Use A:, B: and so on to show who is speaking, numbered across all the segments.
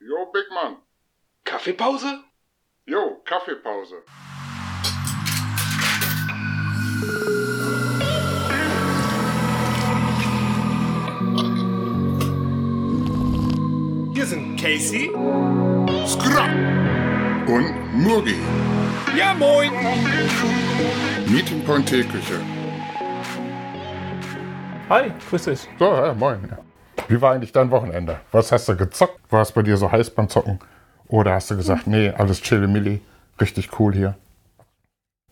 A: Jo, Big Mann.
B: Kaffeepause?
A: Jo, Kaffeepause.
B: Hier sind Casey.
A: Und Murgi.
B: Ja, moin.
A: Meeting Point Teeküche.
C: Hi, grüß dich.
A: So, ja, moin. Ja. Wie war eigentlich dein Wochenende? Was hast du gezockt? War es bei dir so heiß beim Zocken? Oder hast du gesagt, nee, alles chille Milli, richtig cool hier?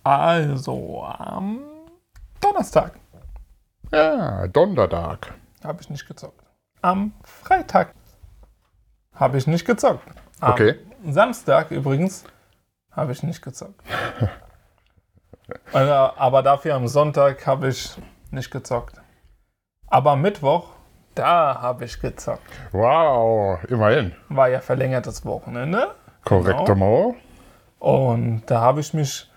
C: Also, am Donnerstag
A: Ja, Donnerstag.
C: habe ich nicht gezockt. Am Freitag habe ich nicht gezockt. Am
A: Okay.
C: Samstag übrigens habe ich nicht gezockt. Also, aber dafür am Sonntag habe ich nicht gezockt. Aber am Mittwoch, da habe ich gezockt.
A: Wow, immerhin.
C: War ja verlängertes Wochenende.
A: Korrekt,
C: Genau.
A: genau.
C: Und da habe ich mich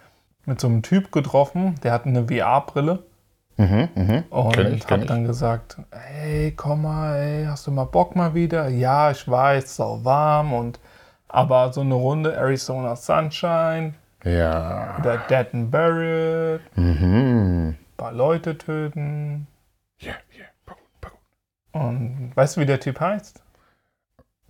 C: mit so einem Typ getroffen, der hatte eine VR-Brille.
A: Mhm, Kenn ich,
C: Und
A: kenn
C: habe
A: ich.
C: dann gesagt, hey, komm mal, ey, hast du mal Bock mal wieder? Ja, ich weiß, sau warm und aber so eine Runde Arizona Sunshine
A: Ja.
C: oder Dead and Buried,
A: Mhm.
C: paar Leute töten
A: Ja, ja. Pau, pau.
C: und weißt du, wie der Typ heißt?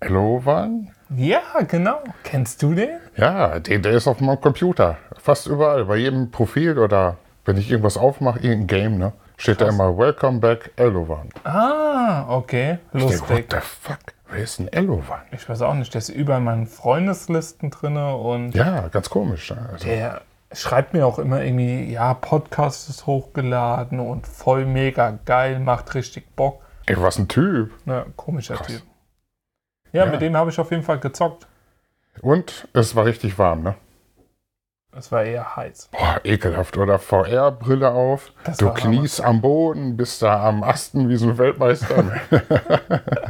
A: Hello, Van?
C: Ja, genau. Kennst du den?
A: Ja, der, der ist auf meinem Computer. Fast überall, bei jedem Profil oder wenn ich irgendwas aufmache, irgendein Game, ne? Steht da immer Welcome back, Elovan.
C: Ah, okay,
A: Ich denk, What
C: lustig.
A: the fuck? Wer ist ein Elovan?
C: Ich weiß auch nicht, der ist überall in meinen Freundeslisten drinne und
A: Ja, ganz komisch. ne? Also,
C: Der schreibt mir auch immer irgendwie, ja, Podcast ist hochgeladen und voll mega geil, macht richtig Bock.
A: ey, was ein Typ.
C: Na, komischer Typ. Ja,
A: Ja.
C: mit dem habe ich auf jeden Fall gezockt.
A: Und es war richtig warm, ne?
C: Es war eher heiß.
A: Boah, ekelhaft, oder? VR-Brille auf,
C: Das
A: du
C: war Hammer.
A: kniest am Boden, bist da am Asten wie so ein Weltmeister.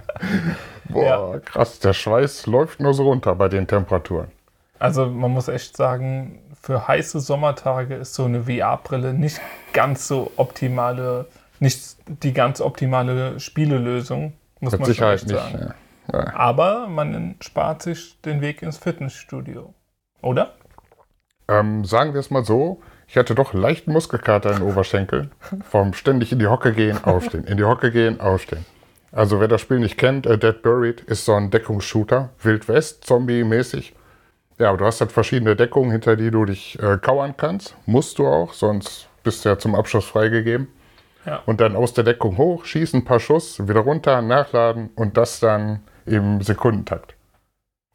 A: Boah, krass, der Schweiß läuft nur so runter bei den Temperaturen.
C: Also man muss echt sagen, für heiße Sommertage ist so eine VR-Brille nicht ganz so optimale, nicht die ganz optimale Spielelösung, muss
A: Mit
C: man schon
A: Sicherheit
C: echt
A: nicht.
C: sagen.
A: Ja.
C: Aber man spart sich den Weg ins Fitnessstudio. Oder?
A: Ähm, sagen wir es mal so, ich hatte doch leicht Muskelkater in den Oberschenkeln. Vom ständig in die Hocke gehen, aufstehen, in die Hocke gehen, aufstehen. Also wer das Spiel nicht kennt, äh, Dead Buried ist so ein Deckungsshooter, Wild West, Zombie-mäßig. Ja, aber du hast halt verschiedene Deckungen, hinter die du dich äh, kauern kannst. Musst du auch, sonst bist du ja zum Abschuss freigegeben.
C: Ja.
A: Und dann aus der Deckung hoch, schießen ein paar Schuss, wieder runter, nachladen und das dann im Sekundentakt.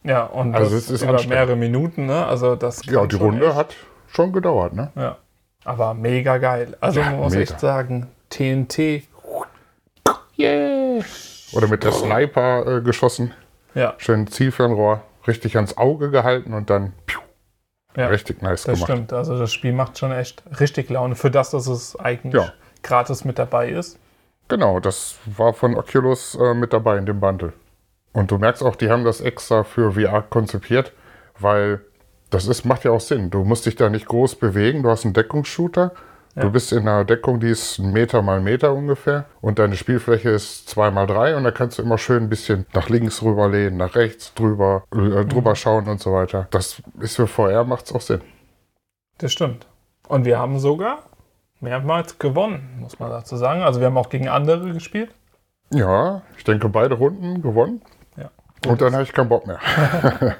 C: Ja, und
A: Also
C: das
A: es ist
C: über
A: anstrengend.
C: mehrere Minuten, ne? Also das
A: Ja,
C: kann
A: die
C: schon
A: Runde
C: echt,
A: hat schon gedauert, ne?
C: Ja. Aber mega geil. Also man muss
A: mega.
C: echt sagen, TNT.
A: Oder mit der Sniper äh, geschossen.
C: Ja,
A: schön Zielfernrohr richtig ans Auge gehalten und dann piu,
C: ja
A: richtig nice
C: das
A: gemacht.
C: stimmt. Also das Spiel macht schon echt richtig Laune für das, dass es eigentlich
A: Ja.
C: gratis mit dabei ist.
A: Genau, das war von Oculus äh, mit dabei in dem Bundle. Und du merkst auch, die haben das extra für VR konzipiert, weil das ist, macht ja auch Sinn. Du musst dich da nicht groß bewegen, du hast einen Deckungsshooter. Du bist in einer Deckung, die ist ein Meter mal Meter ungefähr und deine Spielfläche ist zwei mal drei und da kannst du immer schön ein bisschen nach links rüberlehnen, nach rechts drüber, äh,
C: Mhm.
A: drüber schauen und so weiter. Das ist für VR macht's auch Sinn.
C: Das stimmt. Und wir haben sogar mehrmals gewonnen, muss man dazu sagen. Also wir haben auch gegen andere gespielt.
A: Ja, ich denke beide Runden gewonnen.
C: Ja.
A: Und dann habe ich keinen Bock mehr.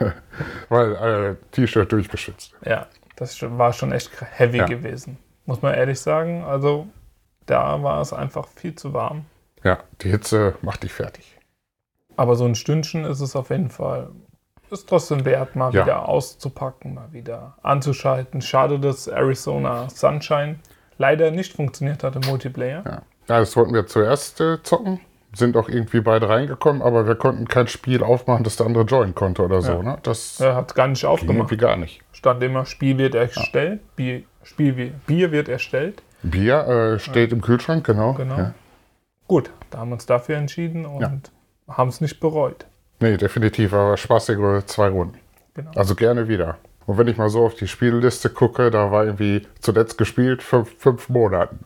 A: Weil äh, T-Shirt durchgeschwitzt.
C: Ja, das sch- war schon echt heavy
A: Ja.
C: gewesen. Muss man ehrlich sagen. Also da war es einfach viel zu warm.
A: Ja, die Hitze macht dich fertig.
C: Aber so ein Stündchen ist es auf jeden Fall. Ist trotzdem wert, mal
A: Ja.
C: wieder auszupacken, mal wieder anzuschalten. Schade, dass Arizona Sunshine leider nicht funktioniert hat im Multiplayer.
A: Ja. ja, das wollten wir zuerst äh, zocken. Sind auch irgendwie beide reingekommen, aber wir konnten kein Spiel aufmachen, das der andere joinen konnte oder so. Ne? Das
C: Er hat es gar nicht
A: ging irgendwie
C: aufgemacht.
A: gar nicht.
C: Stand immer, Spiel wird erstellt. Bier, Spiel, wi- Bier wird erstellt.
A: Bier äh, steht im Kühlschrank, genau.
C: Genau.
A: Ja.
C: Gut, da haben wir uns dafür entschieden und haben es nicht bereut.
A: Nee, definitiv, aber spaßige zwei Runden.
C: Genau.
A: Also gerne wieder. Und wenn ich mal so auf die Spielliste gucke, da war irgendwie zuletzt gespielt fünf, fünf Monaten.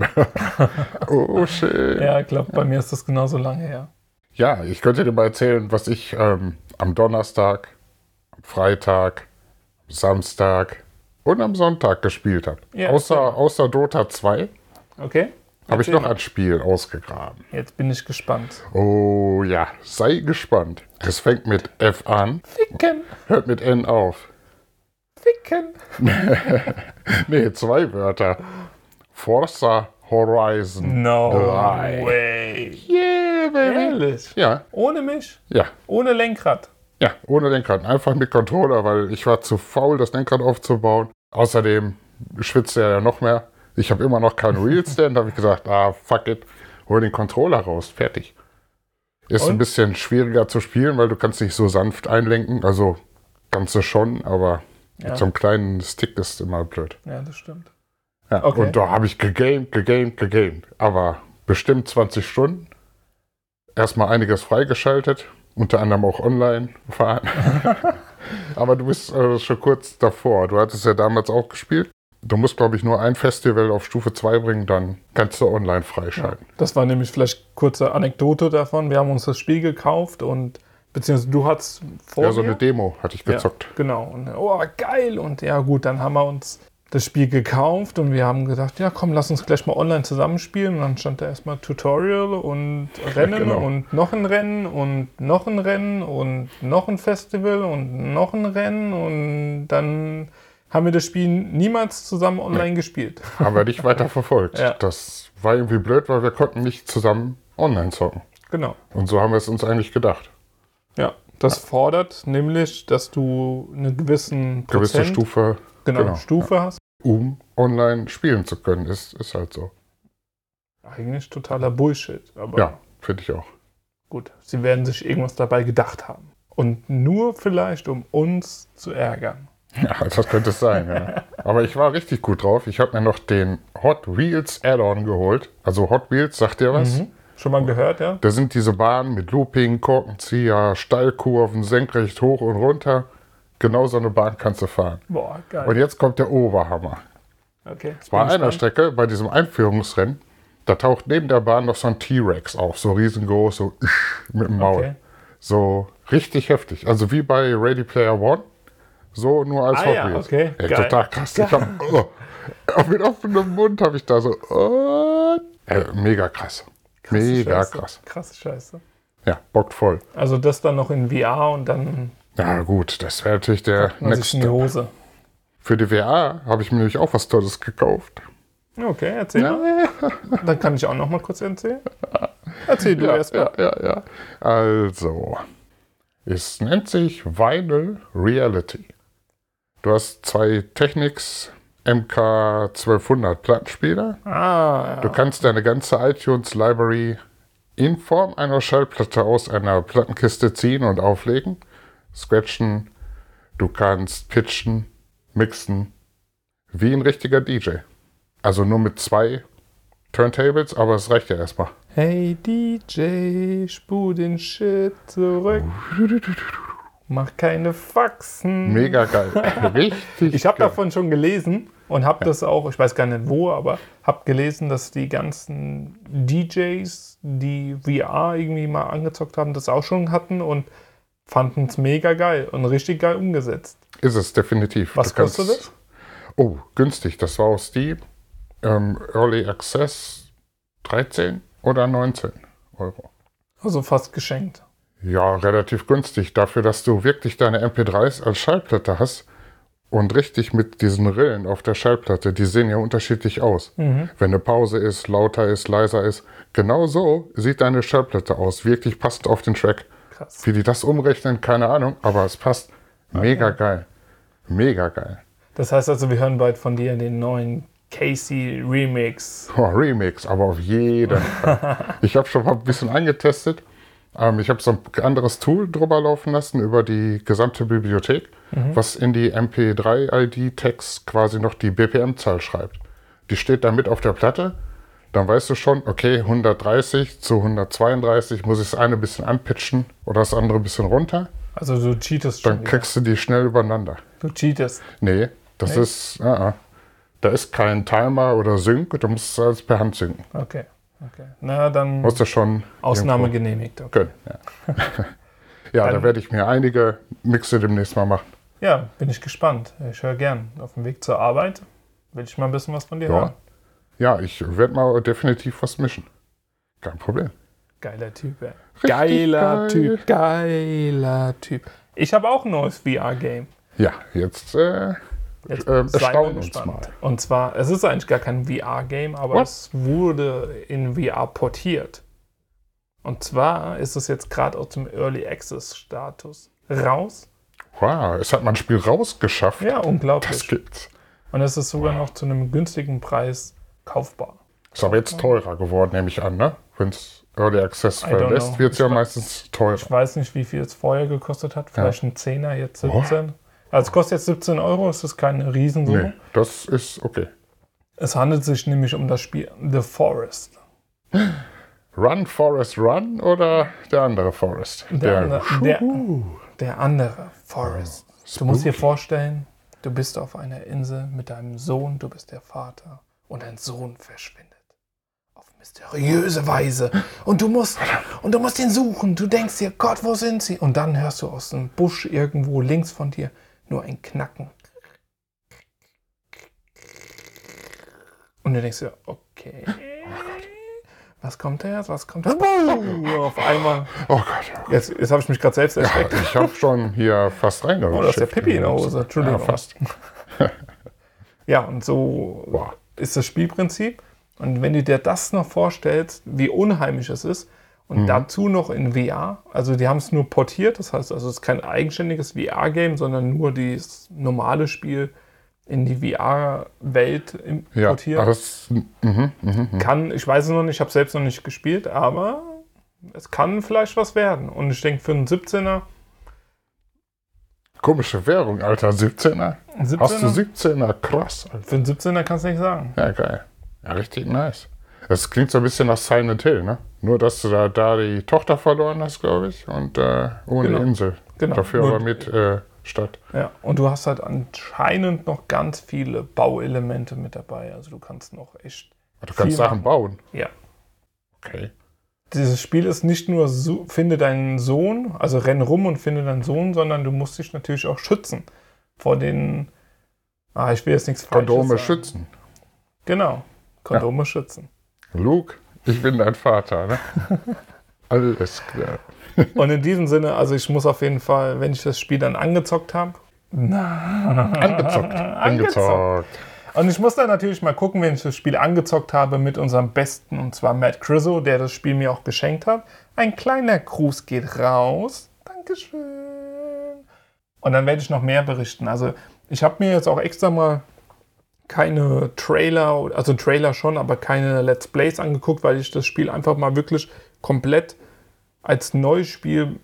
A: oh shit.
C: Ja, ich glaube, bei mir ist das genauso lange her.
A: Ja, ich könnte dir mal erzählen, was ich ähm, am Donnerstag, am Freitag, am Samstag und am Sonntag gespielt habe.
C: Ja,
A: außer, außer Dota 2
C: Okay?
A: habe ich
C: Erzähl
A: noch
C: mal.
A: ein Spiel ausgegraben.
C: Jetzt bin ich gespannt.
A: Oh ja, sei gespannt. Es fängt mit F an,
C: Ficken,
A: hört mit N auf.
C: ficken.
A: Nee, zwei Wörter. Forza Horizon.
C: No
A: Drei.
C: way.
A: Yeah, baby.
C: Ehrlich?
A: Ja,
C: Ohne mich?
A: ja,
C: Ohne Lenkrad?
A: Ja, ohne Lenkrad. Einfach mit Controller, weil ich war zu faul, das Lenkrad aufzubauen. Außerdem schwitzt er ja noch mehr. Ich habe immer noch keinen Wheelstand. habe ich gesagt, ah, fuck it, hol den Controller raus. Fertig. Ist
C: Und?
A: ein bisschen schwieriger zu spielen, weil du kannst nicht so sanft einlenken. Also kannst du schon, aber mit so einem kleinen Stick ist immer blöd.
C: Ja, das stimmt.
A: Ja,
C: Okay.
A: Und da habe ich gegamed, gegamed, gegamed. Aber bestimmt 20 Stunden. Erstmal einiges freigeschaltet, unter anderem auch online fahren. Aber du bist äh, schon kurz davor. Du hattest ja damals auch gespielt. Du musst, glaube ich, nur ein Festival auf Stufe 2 bringen, dann kannst du online freischalten.
C: Das war nämlich vielleicht kurze Anekdote davon. Wir haben uns das Spiel gekauft und beziehungsweise du hattest vor
A: Ja, so
C: mir.
A: eine Demo hatte ich gezockt.
C: Ja, genau. Und oh, geil. Und ja, gut, dann haben wir uns das Spiel gekauft und wir haben gedacht, ja komm, lass uns gleich mal online zusammenspielen. Und dann stand da erstmal Tutorial und Rennen
A: genau.
C: und noch ein Rennen und noch ein Rennen und noch ein Festival und noch ein Rennen. Und dann haben wir das Spiel niemals zusammen online gespielt.
A: Haben wir nicht weiter verfolgt.
C: Ja.
A: Das war irgendwie blöd, weil wir konnten nicht zusammen online zocken.
C: Genau.
A: Und so haben wir es uns eigentlich gedacht.
C: Ja, das fordert nämlich, dass du eine gewissen
A: Gewisse
C: Prozent,
A: Stufe,
C: genau,
A: genau.
C: Stufe hast.
A: um online spielen zu können. Ist, ist halt so.
C: Eigentlich totaler Bullshit, aber
A: Ja, finde ich auch.
C: gut, sie werden sich irgendwas dabei gedacht haben. Und nur vielleicht, um uns zu ärgern.
A: Ja, Also das könnte es sein, ja. Aber ich war richtig gut drauf. Ich habe mir noch den Hot Wheels Add-on geholt. Also Hot Wheels, sagt ihr was?
C: Mhm. Schon mal gehört, ja?
A: Da sind diese Bahnen mit Looping, Korkenzieher, Steilkurven, senkrecht hoch und runter. Genau so eine Bahn kannst du fahren.
C: Boah,
A: Und
C: geil.
A: jetzt kommt der Oberhammer.
C: Okay.
A: Bei einer Strecke, bei diesem Einführungsrennen, da taucht neben der Bahn noch so ein T-Rex auf, so riesengroß, so mit dem Maul.
C: Okay.
A: So richtig heftig. Also wie bei Ready Player One, so nur als
C: Ah
A: Hot
C: ja,
A: Wheels.
C: okay,
A: Ey,
C: geil.
A: total krass. Ich hab, oh, mit offenem Mund habe ich da so. Oh, äh, mega krass. mega
C: Scheiße.
A: krass.
C: Krasse Scheiße.
A: Ja, bockt voll.
C: Also das dann noch in VR und dann
A: Na gut, das wäre natürlich der
C: man
A: Next
C: sich in die
A: Step.
C: Hose.
A: Für die VR habe ich mir nämlich auch was Tolles gekauft.
C: Okay, erzähl mal. Dann kann ich auch noch mal kurz erzählen. Erzähl du
A: ja,
C: erst mal.
A: ja, ja, ja. Also, es nennt sich Vinyl Reality. Du hast zwei Technics MK1200 Plattenspieler.
C: Ah,
A: Du kannst deine ganze iTunes Library in Form einer Schallplatte aus einer Plattenkiste ziehen und auflegen, scratchen, du kannst pitchen, mixen, wie ein richtiger DJ. Also nur mit zwei Turntables, aber es reicht ja erstmal.
C: Hey DJ, spul den Shit zurück. Mach keine Faxen.
A: Mega geil. Richtig.
C: Ich habe
A: geil.
C: davon schon gelesen und habe das auch, ich weiß gar nicht wo, aber habe gelesen, dass die ganzen DJs, die VR irgendwie mal angezockt haben, das auch schon hatten und fanden es mega geil und richtig geil umgesetzt.
A: Ist es, definitiv.
C: Was
A: Du kannst-
C: kostet das?
A: Oh, günstig. Das war auf Steam. Ähm, Early Access 13 oder 19 Euro.
C: Also fast geschenkt.
A: Ja, relativ günstig. Dafür, dass du wirklich deine MP3s als Schallplatte hast und richtig mit diesen Rillen auf der Schallplatte, die sehen ja unterschiedlich aus. Wenn eine Pause ist, lauter ist, leiser ist. Genau so sieht deine Schallplatte aus. Wirklich passend auf den Track.
C: Krass.
A: Wie die das umrechnen, keine Ahnung, aber es passt. Mega geil. Mega geil.
C: Das heißt also, wir hören bald von dir den neuen Casey Remix.
A: Oh, Remix, aber auf jeden Fall. Ich habe schon mal ein bisschen angetestet. Ähm, ich habe so ein anderes Tool drüber laufen lassen über die gesamte Bibliothek, was in die MP3-ID-Tags quasi noch die BPM-Zahl schreibt. Die steht dann mit auf der Platte. Dann weißt du schon, okay, 130 zu 132 muss ich das eine ein bisschen anpitchen oder das andere ein bisschen runter.
C: Also du cheatest schon.
A: Dann
C: wieder.
A: kriegst du die schnell übereinander.
C: Du cheatest.
A: Nee, das ist. ah, ah. da ist kein Timer oder Sync, du musst es alles per Hand synken.
C: Okay. Okay. Na, dann
A: Musst du schon
C: Ausnahme
A: irgendwo-
C: genehmigt. Okay.
A: Können. Ja, ja da
C: Dann-
A: werde ich mir einige Mixe demnächst mal machen.
C: Ja, bin ich gespannt. Ich höre gern. Auf dem Weg zur Arbeit will ich mal ein bisschen was von dir
A: Ja.
C: hören.
A: Ja, ich werde mal definitiv was mischen. Kein Problem.
C: Geiler Typ, ey.
A: geil.
C: Geiler Typ, geiler Typ. Ich habe auch ein neues VR-Game.
A: Ja, jetzt äh,
C: Jetzt
A: Ähm,
C: seid mal
A: erstaunen uns
C: gespannt.
A: mal.
C: Und zwar, es ist eigentlich gar kein VR-Game, aber
A: What?
C: es wurde in VR portiert. Und zwar ist es jetzt gerade aus dem Early Access-Status raus.
A: wow, es hat man ein Spiel rausgeschafft.
C: Ja,
A: Das
C: unglaublich.
A: gibt's.
C: Und es ist sogar noch zu einem günstigen Preis kaufbar.
A: Ist aber jetzt teurer geworden, nehme ich an, ne? Wenn es Early Access
C: I don't
A: verlässt,
C: know.
A: wird es ja
C: Ich-
A: meistens teurer.
C: Ich weiß nicht, wie viel es vorher gekostet hat. Vielleicht ein Zehner, jetzt 17. Also es kostet jetzt 17 Euro, es ist keine Riesensumme.
A: Nee, das ist okay.
C: Es handelt sich nämlich um das Spiel The Forest.
A: Run, Forest, Run oder der andere Forest?
C: Der, andere, der, der andere Forest. Du musst dir vorstellen, du bist auf einer Insel mit deinem Sohn, du bist der Vater und dein Sohn verschwindet. Auf mysteriöse Weise. Und du musst, und du musst ihn suchen. Du denkst dir, Gott, wo sind sie? Und dann hörst du aus dem Busch irgendwo links von dir nur ein Knacken. Und du denkst dir, okay. Was kommt da jetzt? Was kommt da? Buh! Auf einmal.
A: Oh Gott.
C: Jetzt, jetzt habe ich mich gerade selbst erschreckt.
A: Äh, Ich habe schon hier fast reingerutscht.
C: Oh, da ist der Pippi in der Hose.
A: Ja,
C: Entschuldigung.
A: fast.
C: Ja, und so
A: Boah.
C: ist das Spielprinzip. Und wenn du dir das noch vorstellst, wie unheimlich es ist, und
A: Mhm.
C: dazu noch in VR, also die haben es nur portiert, das heißt, also es ist kein eigenständiges VR-Game, sondern nur das normale Spiel in die VR-Welt
A: Ja,
C: portiert.
A: ah, das, mhm, mhm.
C: kann, ich weiß es noch nicht, ich habe selbst noch nicht gespielt, aber es kann vielleicht was werden. Und ich denke, für einen 17er,
A: Komische Währung, Alter. 17er?
C: 17er
A: Hast du 17er? Krass, Alter.
C: für einen 17er kannst du nicht sagen.
A: Ja, geil. Ja, richtig nice. Das klingt so ein bisschen nach Silent Hill, ne? Nur, dass du da, da die Tochter verloren hast, glaube ich, und äh, ohne
C: Genau.
A: Insel.
C: Genau.
A: Dafür
C: Nur-
A: aber mit äh, Stadt.
C: Ja, und du hast halt anscheinend noch ganz viele Bauelemente mit dabei. Also du kannst noch echt.
A: Du kannst
C: viel
A: Sachen
C: machen.
A: bauen.
C: Ja.
A: Okay.
C: Dieses Spiel ist nicht nur so, finde deinen Sohn, also renn rum und finde deinen Sohn, sondern du musst dich natürlich auch schützen vor den. Ah, ich will jetzt nichts Falsches
A: Kondome
C: sagen.
A: schützen.
C: Genau. Kondome schützen.
A: Luke, ich bin dein Vater, ne? Alles klar.
C: Und in diesem Sinne, also ich muss auf jeden Fall, wenn ich das Spiel dann angezockt habe,
A: Angezockt. Angezockt.
C: Und ich muss da natürlich mal gucken, wenn ich das Spiel angezockt habe mit unserem Besten, und zwar Matt Crisso, der das Spiel mir auch geschenkt hat. Ein kleiner Gruß geht raus. Dankeschön. Und dann werde ich noch mehr berichten. Also ich habe mir jetzt auch extra mal keine Trailer, also Trailer schon, aber keine Let's Plays angeguckt, weil ich das Spiel einfach mal wirklich komplett als neues Spiel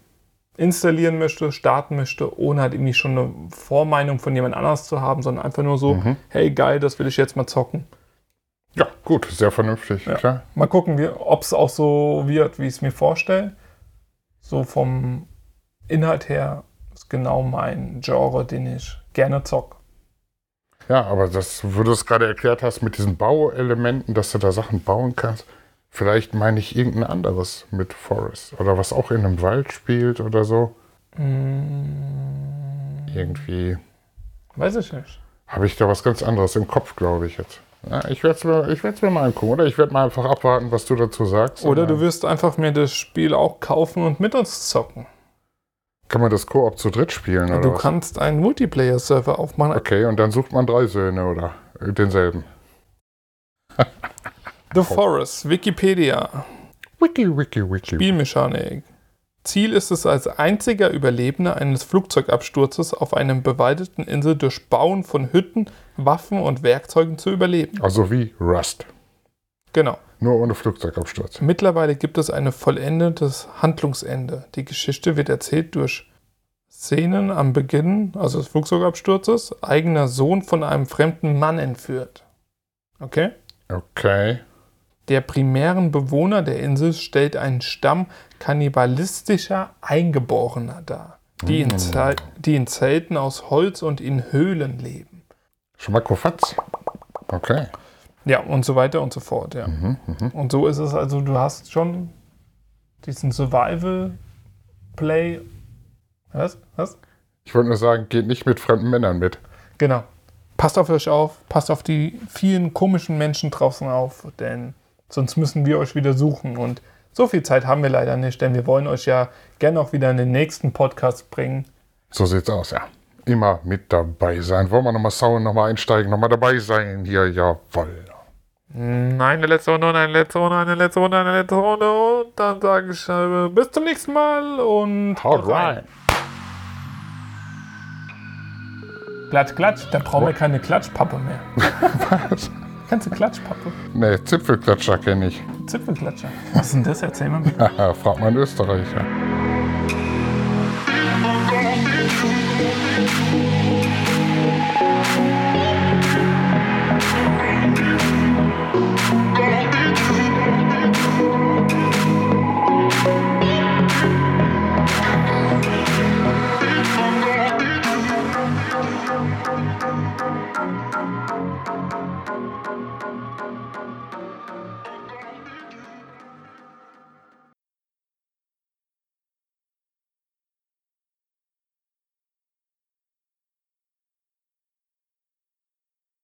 C: installieren möchte, starten möchte, ohne halt irgendwie schon eine Vormeinung von jemand anders zu haben, sondern einfach nur so,
A: Mhm.
C: hey geil, das will ich jetzt mal zocken.
A: Ja, gut, sehr vernünftig, klar.
C: Mal gucken, ob es auch so wird, wie ich es mir vorstelle. So vom Inhalt her ist genau mein Genre, den ich gerne zocke.
A: Ja, aber das, wo du es gerade erklärt hast mit diesen Bauelementen, dass du da Sachen bauen kannst, vielleicht meine ich irgendein anderes mit Forest oder was auch in einem Wald spielt oder so. Irgendwie
C: Weiß ich nicht.
A: habe ich da was ganz anderes im Kopf, glaube ich jetzt. Ja, ich werde es mir, ich werd's mir mal angucken oder ich werde mal einfach abwarten, was du dazu sagst.
C: Oder
A: Und dann
C: du wirst einfach mir das Spiel auch kaufen und mit uns zocken.
A: kann man das Koop zu dritt spielen oder
C: Du
A: was?
C: kannst einen Multiplayer-Server aufmachen.
A: Okay, und dann sucht man drei Söhne oder denselben.
C: The Forest, Wikipedia,
A: Wiki, wiki, wiki.
C: Spielmechanik. Ziel ist es, als einziger Überlebender eines Flugzeugabsturzes auf einem bewaldeten Insel durch Bauen von Hütten, Waffen und Werkzeugen zu überleben.
A: Also wie Rust.
C: Genau.
A: Nur ohne Flugzeugabsturz.
C: Mittlerweile gibt es ein vollendetes Handlungsende. Die Geschichte wird erzählt durch Szenen am Beginn, also des Flugzeugabsturzes, eigener Sohn von einem fremden Mann entführt. Okay?
A: Okay.
C: Der primären Bewohner der Insel stellt einen Stamm kannibalistischer Eingeborener dar, die in, Zel- die in Zelten aus Holz und in Höhlen leben.
A: Schmackofatz. Okay.
C: Ja, und so weiter und so fort, ja. Und so ist es, also du hast schon diesen Survival-Play. Was? Was?
A: Ich wollte nur sagen, geht nicht mit fremden Männern mit.
C: Genau. Passt auf euch auf, passt auf die vielen komischen Menschen draußen auf, denn sonst müssen wir euch wieder suchen. Und so viel Zeit haben wir leider nicht, denn wir wollen euch ja gerne auch wieder in den nächsten Podcast bringen.
A: So sieht's aus, ja. Immer mit dabei sein. Wollen wir nochmal Sound nochmal einsteigen, nochmal dabei sein hier, jawoll.
C: Eine letzte Runde und eine letzte Runde, eine letzte Runde, eine letzte Runde. Und dann sage ich äh, bis zum nächsten Mal und haut rein. Klatsch, klatsch, da brauchen wir keine Klatschpappe mehr.
A: Was?
C: Kannst du Klatschpappe?
A: Nee, Zipfelklatscher kenne ich.
C: Zipfelklatscher. Was ist denn das? Erzähl mal bitte.
A: Haha, frag mal einen Österreicher.